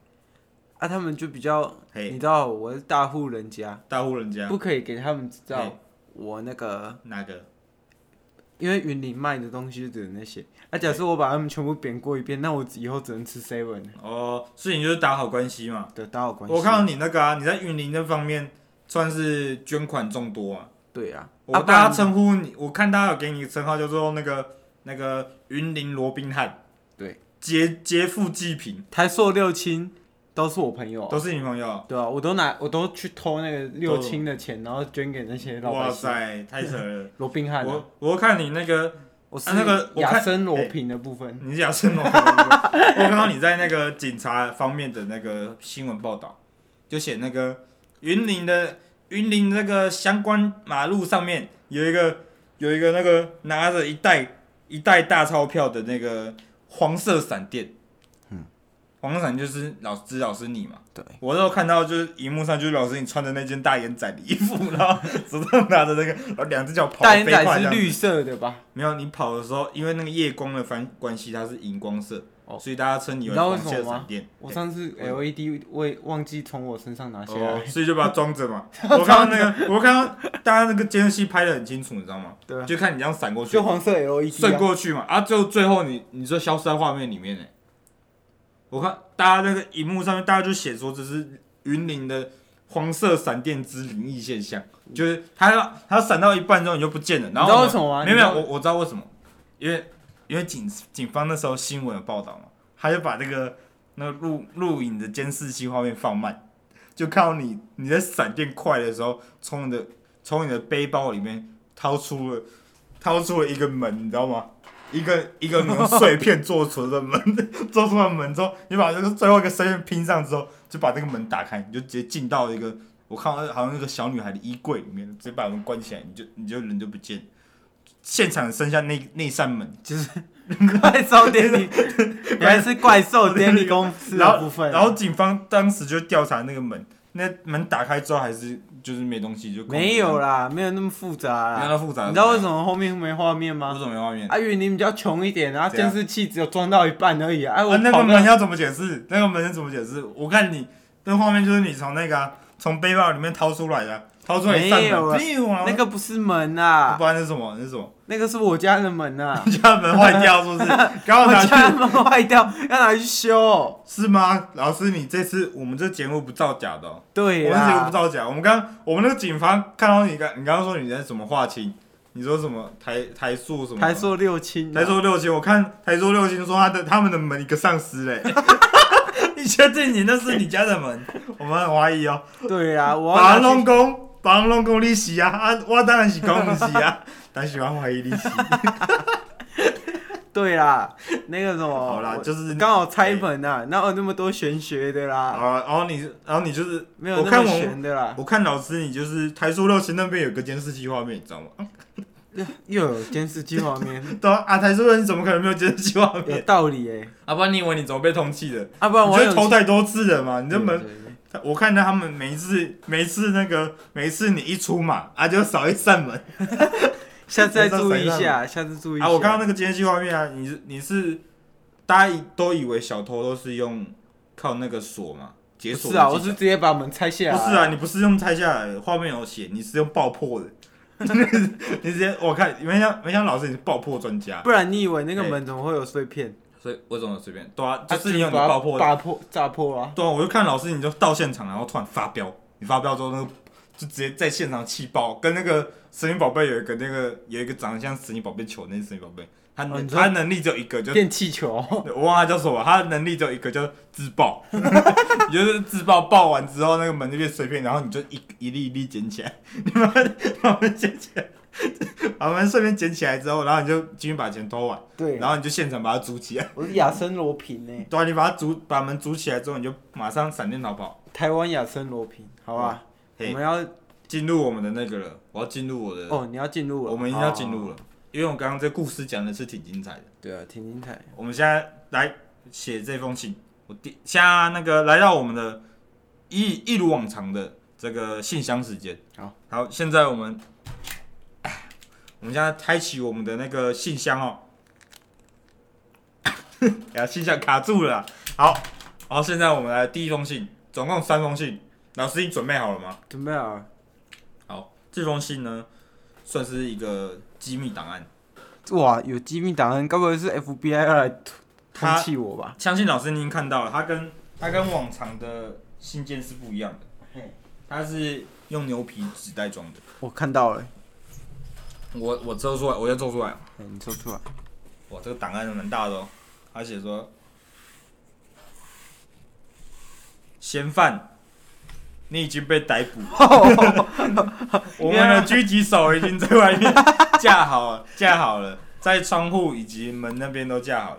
Speaker 2: 啊，他们就比较，
Speaker 1: 嘿，
Speaker 2: 你知道我是大户人家，
Speaker 1: 大户人家
Speaker 2: 不可以给他们知
Speaker 1: 嘿
Speaker 2: 道啊我那个，
Speaker 1: 哪个？
Speaker 2: 因为云林卖的东西就只能那些。啊，假设我把他们全部贬过一遍，那我以后只能吃 seven
Speaker 1: 哦，所以你就是打好关系嘛。
Speaker 2: 的打好关系。
Speaker 1: 我看到你那个啊，你在云林这方面算是捐款众多啊。
Speaker 2: 对啊，
Speaker 1: 我
Speaker 2: 啊，
Speaker 1: 大家
Speaker 2: 不然
Speaker 1: 称呼你，我看大家有给你一个称号叫做那个那个云林罗宾汉，
Speaker 2: 对，
Speaker 1: 劫劫富济贫，
Speaker 2: 台塑六亲都是我朋友啊、
Speaker 1: 都是你朋友。
Speaker 2: 对啊，我都拿，我都去偷那个六亲的钱，然后捐给那些老
Speaker 1: 哇
Speaker 2: 百姓。
Speaker 1: 塞，太扯 了！
Speaker 2: 罗宾汉、啊，
Speaker 1: 我我看你那个
Speaker 2: 我是
Speaker 1: 啊那个我看哎
Speaker 2: 亚森罗平的部分，
Speaker 1: 你是亚森罗宾汉， 我看到你在那个警察方面的那个新闻报道，就写那个云林的云林那个相关马路上面有一个有一个那个拿着一袋一袋大钞票的那个黄色闪电，嗯，黄色闪电就是老师老师你嘛，
Speaker 2: 对，
Speaker 1: 我那时候看到就是荧幕上就是老师你穿的那件大眼仔的衣服，然后 手上拿着那个，然后两只脚跑
Speaker 2: 大
Speaker 1: 得
Speaker 2: 眼
Speaker 1: 飞快
Speaker 2: 仔
Speaker 1: 这
Speaker 2: 是
Speaker 1: 样哎
Speaker 2: 绿色的吧？
Speaker 1: 没有，你跑的时候，因为那个夜光的反关系，它是荧光色，
Speaker 2: 哦
Speaker 1: 所以大家称你
Speaker 2: 你
Speaker 1: 为
Speaker 2: 知道
Speaker 1: 黄
Speaker 2: 为什
Speaker 1: 色
Speaker 2: 么吗
Speaker 1: 闪电。
Speaker 2: 我上次 E LED 为忘记从我身上拿下
Speaker 1: 哦
Speaker 2: 来，，
Speaker 1: 所以就把它装着 嘛。我看到那个，我看到大家那个监视器拍的很清楚，你知道吗？
Speaker 2: 对啊，
Speaker 1: 就看你这样闪过去
Speaker 2: 就，黄色 LED
Speaker 1: 顺
Speaker 2: 啊。
Speaker 1: 过去嘛。啊，最后最后你你就消失在画面里面呢。我看大家那个荧幕上面，大家就写说这是云林的黄色闪电之灵异现象，就是它要它闪到一半之后你就不见了。然
Speaker 2: 你
Speaker 1: 后
Speaker 2: 知道
Speaker 1: 我
Speaker 2: 为什么吗
Speaker 1: 没有没
Speaker 2: 啊你
Speaker 1: 有，
Speaker 2: 知道
Speaker 1: 我我知道为什么，因为因为警警方那时候新闻有报道嘛，他就把那个那个录录影的监视器画面放慢，就看到你你在闪电快的时候，从你的从你的背包里面掏出了掏出了一个门，你知道吗？一个一个你用碎片做出的门， 做出的门之后，你把这个最后一个碎片拼上之后，就把这个门打开，你就直接进到一个我看到好像一个小女孩的衣柜里面，直接把门关起来，你就你就人就不见了，现场剩下那那扇门，
Speaker 2: 怪兽典礼，原来是怪兽典礼公司
Speaker 1: 然
Speaker 2: 的
Speaker 1: 后
Speaker 2: 部分啊，
Speaker 1: 然后警方当时就调查那个门，那门打开之后还是就是没东西，就空
Speaker 2: 没有
Speaker 1: 了，
Speaker 2: 啦，没有那么复杂
Speaker 1: 没有
Speaker 2: 啦。
Speaker 1: 那复杂。
Speaker 2: 你知道为什么后面没画面
Speaker 1: 为
Speaker 2: 吗？
Speaker 1: 什么没画面？
Speaker 2: 啊，因为你比较穷一点，然后
Speaker 1: 怎样
Speaker 2: 监视器只有装到一半而已啊。哎，我
Speaker 1: 啊，那
Speaker 2: 跑
Speaker 1: 个
Speaker 2: 到
Speaker 1: 门要怎么解释？那个门怎么解释？我看你那画面就是你从那个啊从、背包里面掏出来的啊，掏出来一扇
Speaker 2: 没有
Speaker 1: 门，
Speaker 2: 啊
Speaker 1: 没有啊，
Speaker 2: 那个不是门
Speaker 1: 我
Speaker 2: 啊，
Speaker 1: 不然是什么？那是什么？
Speaker 2: 那个是我家的门啊，
Speaker 1: 你家的门坏掉是不是？刚好
Speaker 2: 我
Speaker 1: 拿去
Speaker 2: 家的门坏掉，要拿去修。
Speaker 1: 是吗？老师，你这次我们这节目不造假的、哦，我
Speaker 2: 对
Speaker 1: 们这节目
Speaker 2: 啦
Speaker 1: 不，造假。我们刚我们那个警方看到你刚你刚刚说你在什么划清？你说什么台台塑什么？
Speaker 2: 台塑六轻啊，
Speaker 1: 台塑六星，我看台塑六星说他的他们的门一个丧尸嘞。 你确定你那是你家的门？ 我们很怀疑哦。
Speaker 2: 对啊，我
Speaker 1: 把
Speaker 2: 要
Speaker 1: 人
Speaker 2: 拿
Speaker 1: 拢
Speaker 2: 去
Speaker 1: 讲，把人拢讲你是啊，啊，我当然是讲不是啊， 但是我怀疑你是。
Speaker 2: 对啦，那个什么，
Speaker 1: 好啦，
Speaker 2: 我
Speaker 1: 就是
Speaker 2: 刚好拆门啊，哪有那么多玄学的啦，
Speaker 1: 啊，然后你，然后你就是，
Speaker 2: 没有
Speaker 1: 我
Speaker 2: 那
Speaker 1: 看
Speaker 2: 么
Speaker 1: 我
Speaker 2: 玄的啦。
Speaker 1: 我看老师你就是台塑六星那边有个监视器画面，你知道吗？
Speaker 2: 又有监视器画面，
Speaker 1: 对啊，啊台塑六星怎么可能没有监视器画
Speaker 2: 有
Speaker 1: 面？
Speaker 2: 道 理哎。
Speaker 1: 啊，不然你以为你怎么被通气的？
Speaker 2: 啊，不然
Speaker 1: 你
Speaker 2: 我
Speaker 1: 就是
Speaker 2: 有
Speaker 1: 偷太多次了嘛？你这门
Speaker 2: 对对对
Speaker 1: 他我看到他们每一次，每一次那个，每一次你一出马啊，就少一扇门
Speaker 2: 下次再注意一下，下次注意一下。
Speaker 1: 啊。我看到那个监视器画面啊，你是你是大家都以为小偷都是用靠那个锁嘛解
Speaker 2: 不
Speaker 1: 锁
Speaker 2: 是
Speaker 1: 的
Speaker 2: 啊，我
Speaker 1: 技巧
Speaker 2: 是直接把门拆下来。
Speaker 1: 不是啊？，你不是用拆下来的，画面有写，你是用爆破的。 你直接我看没想没想到老师你是爆破专家，
Speaker 2: 不然你以为那个门怎么会有碎片？
Speaker 1: 所以为什么随便？对啊，就
Speaker 2: 啊
Speaker 1: 是你有你
Speaker 2: 把它
Speaker 1: 爆破的
Speaker 2: 打破、炸破啊！
Speaker 1: 对啊，我就看老师，你就到现场，然后突然发飙，你发飙之后，那个就直接在现场气爆，跟那个神奇宝贝有一个那个有一个长得像神奇宝贝球的那神奇宝贝，他能、
Speaker 2: 哦你说
Speaker 1: 他能力只有一个，就
Speaker 2: 电 气球，
Speaker 1: 我忘了他叫什么，他的能力只有一个，叫自爆， 你就是自爆爆完之后，那个门就变碎片，然后你就一一粒一粒捡起来，你把把门捡起来，把门碎片捡起来之后，然后你就继续把钱偷完，
Speaker 2: 对
Speaker 1: 然，后你就现场把它组起来，
Speaker 2: 我是亚森罗平呢，
Speaker 1: 对啊，你把它组把门组起来之后，你就马上闪电逃跑。
Speaker 2: 台湾亚森罗平，好吧？我
Speaker 1: 嘿
Speaker 2: 们要
Speaker 1: 进入我们的那个了，我要进入我的，
Speaker 2: 哦，你要进入了，哦
Speaker 1: 我们一定要进入
Speaker 2: 了。
Speaker 1: 了，因为我刚刚这故事讲的是挺精彩的。
Speaker 2: 对啊，挺精彩。
Speaker 1: 我们现在来写这封信，我第现在那个来到我们的一一如往常的这个信箱时间。
Speaker 2: 好，
Speaker 1: 好，现在我们，啊我们现在开启我们的那个信箱哦。 哎呀，信箱卡住了啊。好，好，现在我们来第一封信，总共三封信。老师，你准备好了吗？
Speaker 2: 准备好了？
Speaker 1: 好，这封信呢，算是一个机密档案。
Speaker 2: 哇，有机密档案，该不会是 FBI 要来通
Speaker 1: 他
Speaker 2: 缉我吧？
Speaker 1: 相信老师您看到了，它跟它跟往常的信件是不一样的
Speaker 2: 嘿，
Speaker 1: 它是用牛皮纸袋装的。
Speaker 2: 我看到了，
Speaker 1: 我我抽出来，我要抽出来。
Speaker 2: 哎，你说出来。
Speaker 1: 哇，这个档案蛮大的哦。他写说，嫌犯，你已经被逮捕。我们的狙击手已经在外面架好了，架好了，在窗户以及门那边都架好了。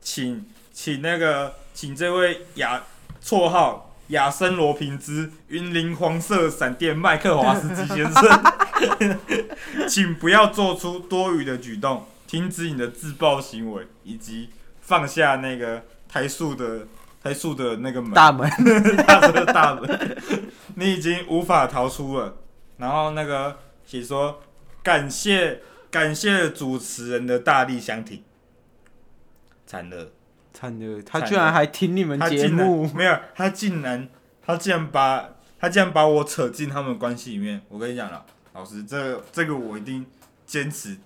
Speaker 1: 请请那个，请这位亚绰号亚森罗平之云林黄色闪电麦克华斯基先生， 请不要做出多余的举动，停止你的自爆行为，以及放下那个台塑的台塑的那个门。
Speaker 2: 大门，
Speaker 1: 大车 大门，你已经无法逃出了。然后那个写说，感谢感谢主持人的大力相挺。惨了，
Speaker 2: 惨的，他
Speaker 1: 惨
Speaker 2: 居然
Speaker 1: 了
Speaker 2: 还听你们
Speaker 1: 他
Speaker 2: 节
Speaker 1: 竟然
Speaker 2: 目，
Speaker 1: 没有，他竟然他竟然把他竟然把我扯进他们关系里面。我跟你讲了，老师，这个这个我一定坚持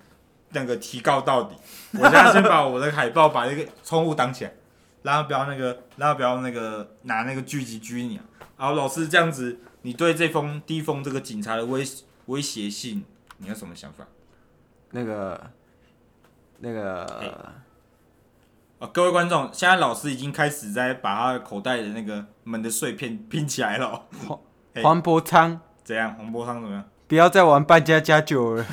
Speaker 1: 那个提告到底。我现在先把我的海报把那个窗户挡起来， 让他不要那个，让他不要那个拿那个狙击狙你啊。好，老师这样子，你对这封第一封这个警察的威威胁信，你有什么想法？
Speaker 2: 哎那个那个
Speaker 1: 呃，各位观众，现在老师已经开始在把他的口袋的那个门的碎片 拼起来了哦。嘿
Speaker 2: 黄伯昌，
Speaker 1: 怎样？黄波汤怎么样？
Speaker 2: 不要再玩扮家家酒了。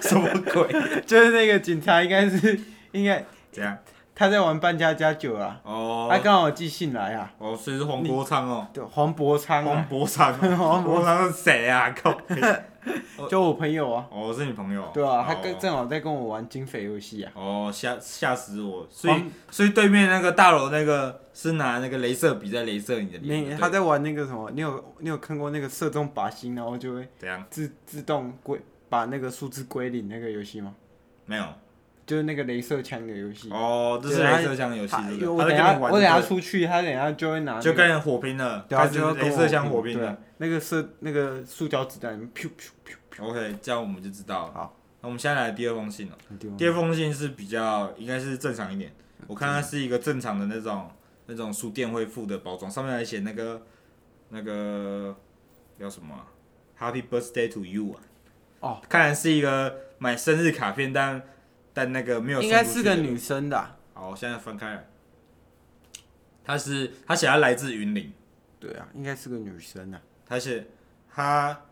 Speaker 1: 什么鬼？
Speaker 2: 就是那个警察应该是应该
Speaker 1: 怎样？
Speaker 2: 他在玩扮家家酒啊，
Speaker 1: 哦
Speaker 2: 他，刚好寄信来啊，
Speaker 1: 哦，所以是黄波汤哦，
Speaker 2: 对，黄伯昌
Speaker 1: 黄
Speaker 2: 啊，
Speaker 1: 波汤哦，
Speaker 2: 黄
Speaker 1: 黄
Speaker 2: 伯
Speaker 1: 波汤是谁啊？靠！
Speaker 2: 就我朋友啊，
Speaker 1: 哦，是你朋友哦？
Speaker 2: 对啊，他
Speaker 1: 哦
Speaker 2: 跟正好在跟我玩警匪游戏啊，
Speaker 1: 哦，吓吓死我！所以
Speaker 2: 黄
Speaker 1: 所以对面那个大楼那个是拿那个镭射笔在镭射你的
Speaker 2: 你
Speaker 1: 脸，
Speaker 2: 他
Speaker 1: 对
Speaker 2: 在玩那个什么，你有你有看过那个射中靶心，然后就会
Speaker 1: 怎样？
Speaker 2: 自自动归把那个数字归零那个游戏吗？
Speaker 1: 没有
Speaker 2: 就是那个镭射枪的游戏。
Speaker 1: 哦，这是
Speaker 2: 对他
Speaker 1: 镭射枪游戏，
Speaker 2: 他
Speaker 1: 对不对
Speaker 2: 我
Speaker 1: 他在
Speaker 2: 等一
Speaker 1: 跟
Speaker 2: 下
Speaker 1: 你玩
Speaker 2: 我等一下
Speaker 1: 对不
Speaker 2: 出去，他等一下就会拿那
Speaker 1: 对就
Speaker 2: 个、
Speaker 1: 跟人火拼了，
Speaker 2: 对啊
Speaker 1: 开始
Speaker 2: 就要跟
Speaker 1: 镭
Speaker 2: 我
Speaker 1: 射枪火拼
Speaker 2: 对
Speaker 1: 了
Speaker 2: 啊。，那个射那个塑胶子弹，噗噗噗，
Speaker 1: OK，这样我们就知道了。
Speaker 2: 好，
Speaker 1: 那我们现在来第二封信了。
Speaker 2: 很丢
Speaker 1: 第二封信是比较应该是正常一点，
Speaker 2: 嗯
Speaker 1: 我看它是一个正常的那种那种书店会附的包装，上面还写那个那个叫什么啊、h a p p y Birthday to You” 啊。
Speaker 2: 哦，
Speaker 1: 看来是一个买生日卡片，但但那个没有
Speaker 2: 应
Speaker 1: 送
Speaker 2: 该
Speaker 1: 出
Speaker 2: 是
Speaker 1: 去
Speaker 2: 个
Speaker 1: 的
Speaker 2: 女生的啊、
Speaker 1: 好，我现在翻开了，他是他写他来自云林，
Speaker 2: 对啊，应该是个女生啊。
Speaker 1: 他写他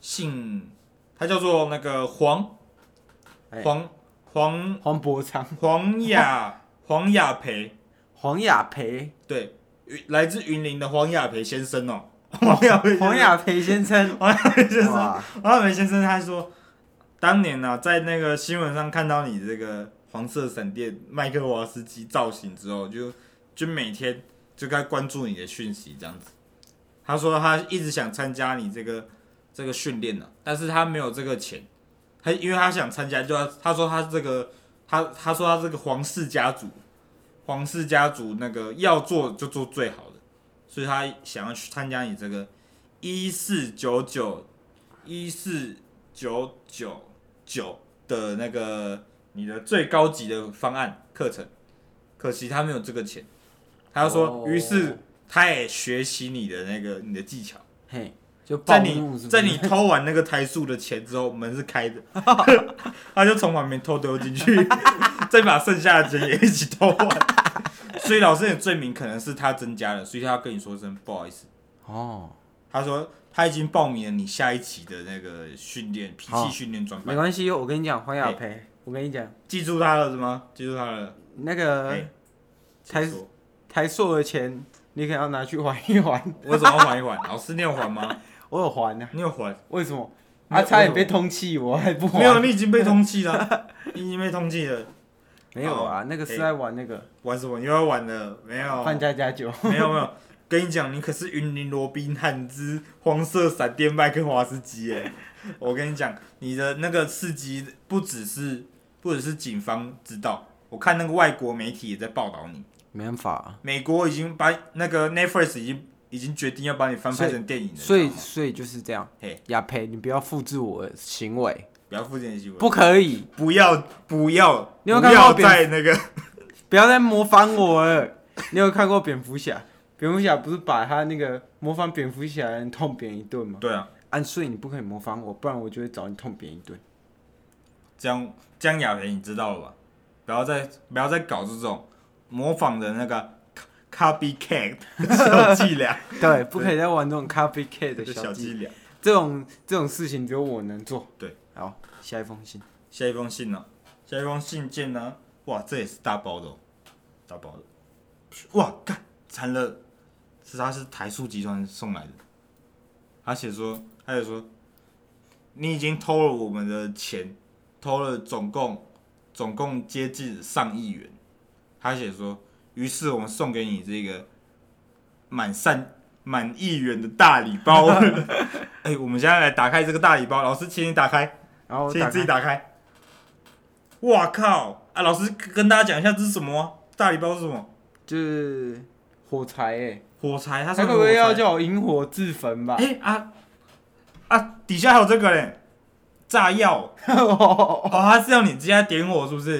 Speaker 1: 姓他叫做那个黄
Speaker 2: 哎
Speaker 1: 黄 黄
Speaker 2: 黄伯昌，
Speaker 1: 黄雅 黄雅培，
Speaker 2: 黄雅培，
Speaker 1: 对，云来自云林的黄雅培先生哦， 黄雅培先生
Speaker 2: 黄
Speaker 1: 黄
Speaker 2: 雅培先生，
Speaker 1: 雅培先生
Speaker 2: 哇，
Speaker 1: 阿美先生他说，当年呢、啊，在那个新闻上看到你这个黄色闪电麦克瓦斯基造型之后，就就每天就该关注你的讯息这样子。他说他一直想参加你这个这个训练呢，但是他没有这个钱，他因为他想参加，就要他说他这个他他说他这个皇室家族，皇室家族那个要做就做最好的，所以他想要去参加你这个一四九九一四九九九的那个你的最高级的方案课程，可惜他没有这个钱。他
Speaker 2: 哦
Speaker 1: 说，于是他也学习你的那个你的技巧，
Speaker 2: 嘿，就暴
Speaker 1: 在
Speaker 2: 怒
Speaker 1: 你
Speaker 2: 是不是
Speaker 1: 在你偷完那个台数的钱之后，门是开的， 他就从旁边偷丢进去， 再把剩下的钱也一起偷完。所以老师，你罪名可能是他增加了，所以他要跟你说声不好意思。
Speaker 2: 哦，
Speaker 1: 他说他已经报名了你下一期的那个训练脾
Speaker 2: 哦
Speaker 1: 气训练专
Speaker 2: 没
Speaker 1: 班，
Speaker 2: 关系，我跟你讲，黄雅培，我跟你讲，
Speaker 1: 记住他了是吗？记住他了。
Speaker 2: 那个、
Speaker 1: 哎
Speaker 2: 才
Speaker 1: 请说
Speaker 2: 台塑的钱，你可能要拿去还一还。
Speaker 1: 为什么要还一还？老师，你有还吗？
Speaker 2: 我有还啊，
Speaker 1: 你有还？
Speaker 2: 为什么？
Speaker 1: 没有
Speaker 2: 啊，差点被通气，我还 不还。
Speaker 1: 没有，你已经被通缉了，你已经被通缉了。
Speaker 2: 没有啊，那个是在玩那个
Speaker 1: 玩什么？你又要玩了？没有，
Speaker 2: 扮家家酒。
Speaker 1: 没有没有。跟你讲，你可是云林罗宾汉之黄色闪电麦克华斯基耶！我跟你讲，你的那个刺激不只是不只是警方知道，我看那个外国媒体也在报道你。
Speaker 2: 没办法、啊，
Speaker 1: 美国已经把那个 Netflix 已经已经决定要把你翻拍成电影了，
Speaker 2: 所以
Speaker 1: 你知道吗
Speaker 2: 所以就是这样
Speaker 1: 嘿。
Speaker 2: 雅培，你不要复制我的行为，
Speaker 1: 不要付这些新闻，
Speaker 2: 不可以，
Speaker 1: 不要不要
Speaker 2: 你有
Speaker 1: 不
Speaker 2: 看过
Speaker 1: 要
Speaker 2: 蝙
Speaker 1: 在那个
Speaker 2: 不要再模仿我了。你有看过蝙蝠侠？ 蝙蝠侠不是把他那个模仿蝙蝠侠的人痛扁一顿吗？
Speaker 1: 对啊，
Speaker 2: 按所以你不可以模仿我，不然我就会找你痛扁一顿。
Speaker 1: 江江雅培你知道了吧？不要再不要再搞这种模仿的那个 copycat 的小伎俩
Speaker 2: 对，不可以再玩这种 copycat 的
Speaker 1: 的
Speaker 2: 小
Speaker 1: 小
Speaker 2: 伎
Speaker 1: 伎俩。
Speaker 2: 这种这种事情只有我能做。
Speaker 1: 对，
Speaker 2: 好，下一封信，
Speaker 1: 下一封信呢、下一封信件呢？哇，这也是大包的、哦，大包的。哇，干，惨了！是他是台塑集团送来的。他写说，他写说，你已经偷了我们的钱，偷了总共总共接近上亿元。他写说，于是我们送给你这个满善满亿元的大礼包。 哎、我们现在来打开这个大礼包，老师，请你打开。
Speaker 2: 然后我
Speaker 1: 请
Speaker 2: 哦打
Speaker 1: 你自己
Speaker 2: 开
Speaker 1: 打开。哇靠！啊，老师跟大家讲一下这是什么啊、大礼包是什么？
Speaker 2: 就是火柴哎、
Speaker 1: 火柴，它
Speaker 2: 欸，
Speaker 1: 是
Speaker 2: 他
Speaker 1: 火
Speaker 2: 会不会要
Speaker 1: 柴。
Speaker 2: 叫我引火自焚吧？
Speaker 1: 哎、啊啊，底下还有这个嘞，炸药。 哦，他是要你直接点火是不是？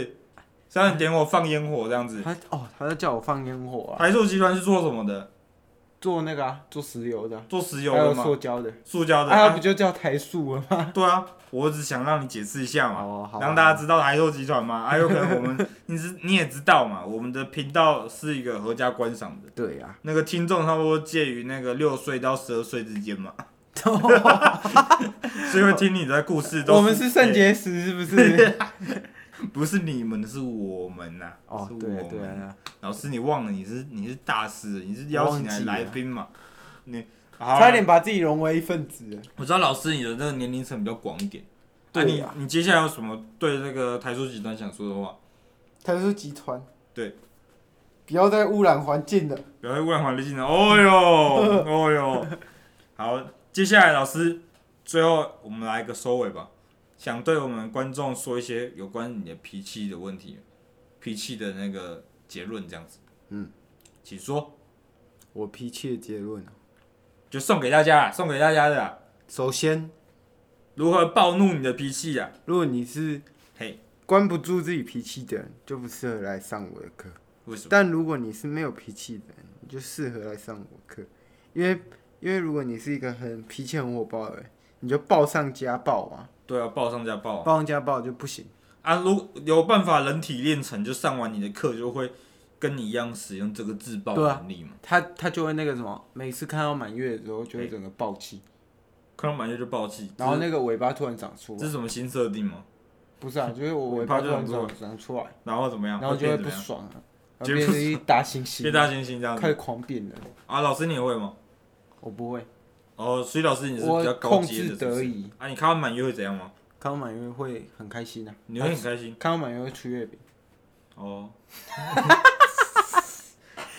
Speaker 1: 是要你点火放烟火这样子。
Speaker 2: 他哦，他在叫我放烟火啊！
Speaker 1: 台塑集团是做什么的？
Speaker 2: 做那个啊，做石油的啊，
Speaker 1: 做石油
Speaker 2: 还
Speaker 1: 的
Speaker 2: 有
Speaker 1: 吗？
Speaker 2: 塑胶的，
Speaker 1: 塑胶的、
Speaker 2: 啊，它
Speaker 1: 啊
Speaker 2: 不就叫台塑了吗？
Speaker 1: 对啊，我只想让你解释一下嘛，
Speaker 2: 哦，好啊，
Speaker 1: 让大家知道台塑集团嘛。还有可能我们你知你也知道嘛，我们的频道是一个合家观赏的，
Speaker 2: 对啊呀、
Speaker 1: 那个听众差不多介于那个六岁到十二岁之 间嘛，所以会听你的故事都。
Speaker 2: 我们是肾
Speaker 1: 节，
Speaker 2: 结石是不 是？
Speaker 1: 不是你们，是我们呐、
Speaker 2: 哦
Speaker 1: 是，
Speaker 2: 对啊
Speaker 1: 我
Speaker 2: 对
Speaker 1: 们。
Speaker 2: 啊，
Speaker 1: 老师，你忘了你是你是大师，你是邀请来
Speaker 2: 我忘记了
Speaker 1: 来宾嘛？你好啊
Speaker 2: 差点把自己融为一份子。
Speaker 1: 我知道老师你的那个年龄层比较广一点。那、
Speaker 2: 对啊
Speaker 1: 你你接下来有什么对这个台塑集团想说的话？
Speaker 2: 台塑集团，
Speaker 1: 对，
Speaker 2: 不要再污染环境了。
Speaker 1: 不要再污染环境了。哦 哟，哦哟。好，接下来老师，最后我们来一个收尾吧。想对我们观众说一些有关你的脾气的问题，脾气的那个结论这样子。
Speaker 2: 嗯，
Speaker 1: 请说，
Speaker 2: 我脾气的结论啊，
Speaker 1: 就送给大家啦，送给大家的啦
Speaker 2: 首先，
Speaker 1: 如何暴怒你的脾气啊？
Speaker 2: 如果你是
Speaker 1: 嘿，
Speaker 2: 关不住自己脾气的人，就不适合来上我的课。
Speaker 1: 为什么？
Speaker 2: 但如果你是没有脾气的人，你就适合来上我课，因为因为如果你是一个很脾气很火爆的人，你就暴上加暴啊，
Speaker 1: 对啊，暴上加暴啊
Speaker 2: 暴上加暴就不行。
Speaker 1: 啊，如有办法人体练成，就上完你的课就会跟你一样使用这个自爆
Speaker 2: 对啊
Speaker 1: 能力嘛。
Speaker 2: 他他就会那个什么，每次看到满月的时候就会整个暴气，
Speaker 1: 看到满月就爆气，
Speaker 2: 然后
Speaker 1: 这是
Speaker 2: 那个尾巴突然长出
Speaker 1: 这
Speaker 2: 来，
Speaker 1: 是什么新设定吗？
Speaker 2: 不是啊，就是我尾
Speaker 1: 尾巴
Speaker 2: 巴
Speaker 1: 就
Speaker 2: 突然
Speaker 1: 长出
Speaker 2: 长长出来，
Speaker 1: 然后怎么样？
Speaker 2: 然后就
Speaker 1: 变
Speaker 2: 会
Speaker 1: 怎
Speaker 2: 不
Speaker 1: 么样？
Speaker 2: 爽啊，然
Speaker 1: 结果
Speaker 2: 后变成一大猩
Speaker 1: 变
Speaker 2: 猩，
Speaker 1: 大猩猩这样
Speaker 2: 开
Speaker 1: 子
Speaker 2: 始狂变人。
Speaker 1: 啊？老师你也会吗？
Speaker 2: 我不会，
Speaker 1: 哦，所以老师你是比
Speaker 2: 我
Speaker 1: 较高
Speaker 2: 控
Speaker 1: 阶
Speaker 2: 制
Speaker 1: 的，是不
Speaker 2: 得
Speaker 1: 是？
Speaker 2: 宜。
Speaker 1: 啊，你看完满月会怎样吗？
Speaker 2: 看到满月会很开心啊，
Speaker 1: 你会很开心
Speaker 2: 看到满月会吃月饼。
Speaker 1: 哦。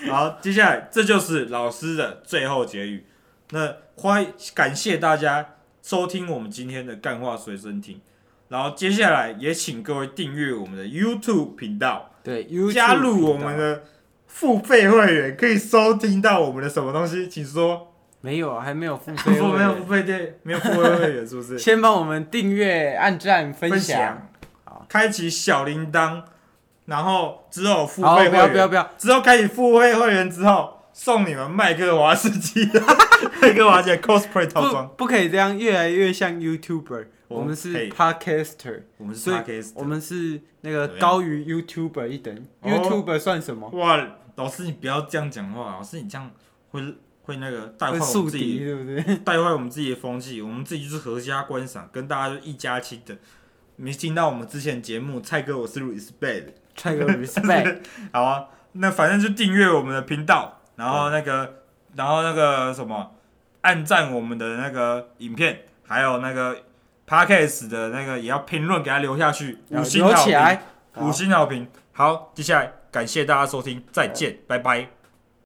Speaker 1: 好，接下来这就是老师的最后结语。那欢感谢大家收听我们今天的干话随身听，然后接下来也请各位订阅我们的 YouTube 频道，
Speaker 2: 对，
Speaker 1: 加入我们的付费会员，可以收听到我们的什么东西？请说，
Speaker 2: 没有啊，还没有 付
Speaker 1: 不
Speaker 2: 费
Speaker 1: 说
Speaker 2: 会
Speaker 1: 没有
Speaker 2: 员
Speaker 1: 付。费店，没有付费会员是不是？
Speaker 2: 先帮我们订阅、按赞、 分享。好，
Speaker 1: 开启小铃铛，然后之后付
Speaker 2: 好，
Speaker 1: 费
Speaker 2: 不要
Speaker 1: 会
Speaker 2: 不要
Speaker 1: 员，
Speaker 2: 不要，
Speaker 1: 之后开启付费会员之后，送你们麦克华斯基的 麦克华斯基的 cosplay 套装。
Speaker 2: 不不可以这样，越来越像 YouTuber。
Speaker 1: 我
Speaker 2: 我们是
Speaker 1: 嘿
Speaker 2: Podcaster，
Speaker 1: 我们是
Speaker 2: 所以
Speaker 1: podcast，
Speaker 2: 我们是那个
Speaker 1: 怎么样
Speaker 2: 高于 YouTuber 一等。
Speaker 1: 哦
Speaker 2: YouTuber 算什么？
Speaker 1: 哇，老师你不要这样讲话，啊老师你这样会会那个带坏
Speaker 2: 会
Speaker 1: 我们
Speaker 2: 树
Speaker 1: 自
Speaker 2: 敌
Speaker 1: 己，
Speaker 2: 是不 是？
Speaker 1: 带坏我们自己的风气。我们自己就是合家观赏，跟大家就一家亲的。没听到我们之前节目，蔡哥我是 respect，
Speaker 2: 踹个 respect。
Speaker 1: 好啊，那反正就订阅我们的频道，然后那个，然后那个什么，按赞我们的那个影片，还有那个 podcast 的那个也要评论给他留下去，五星
Speaker 2: 留
Speaker 1: 好
Speaker 2: 起
Speaker 1: 评，
Speaker 2: 来，
Speaker 1: 五星好评。好，接下来感谢大家收听，再见，拜拜。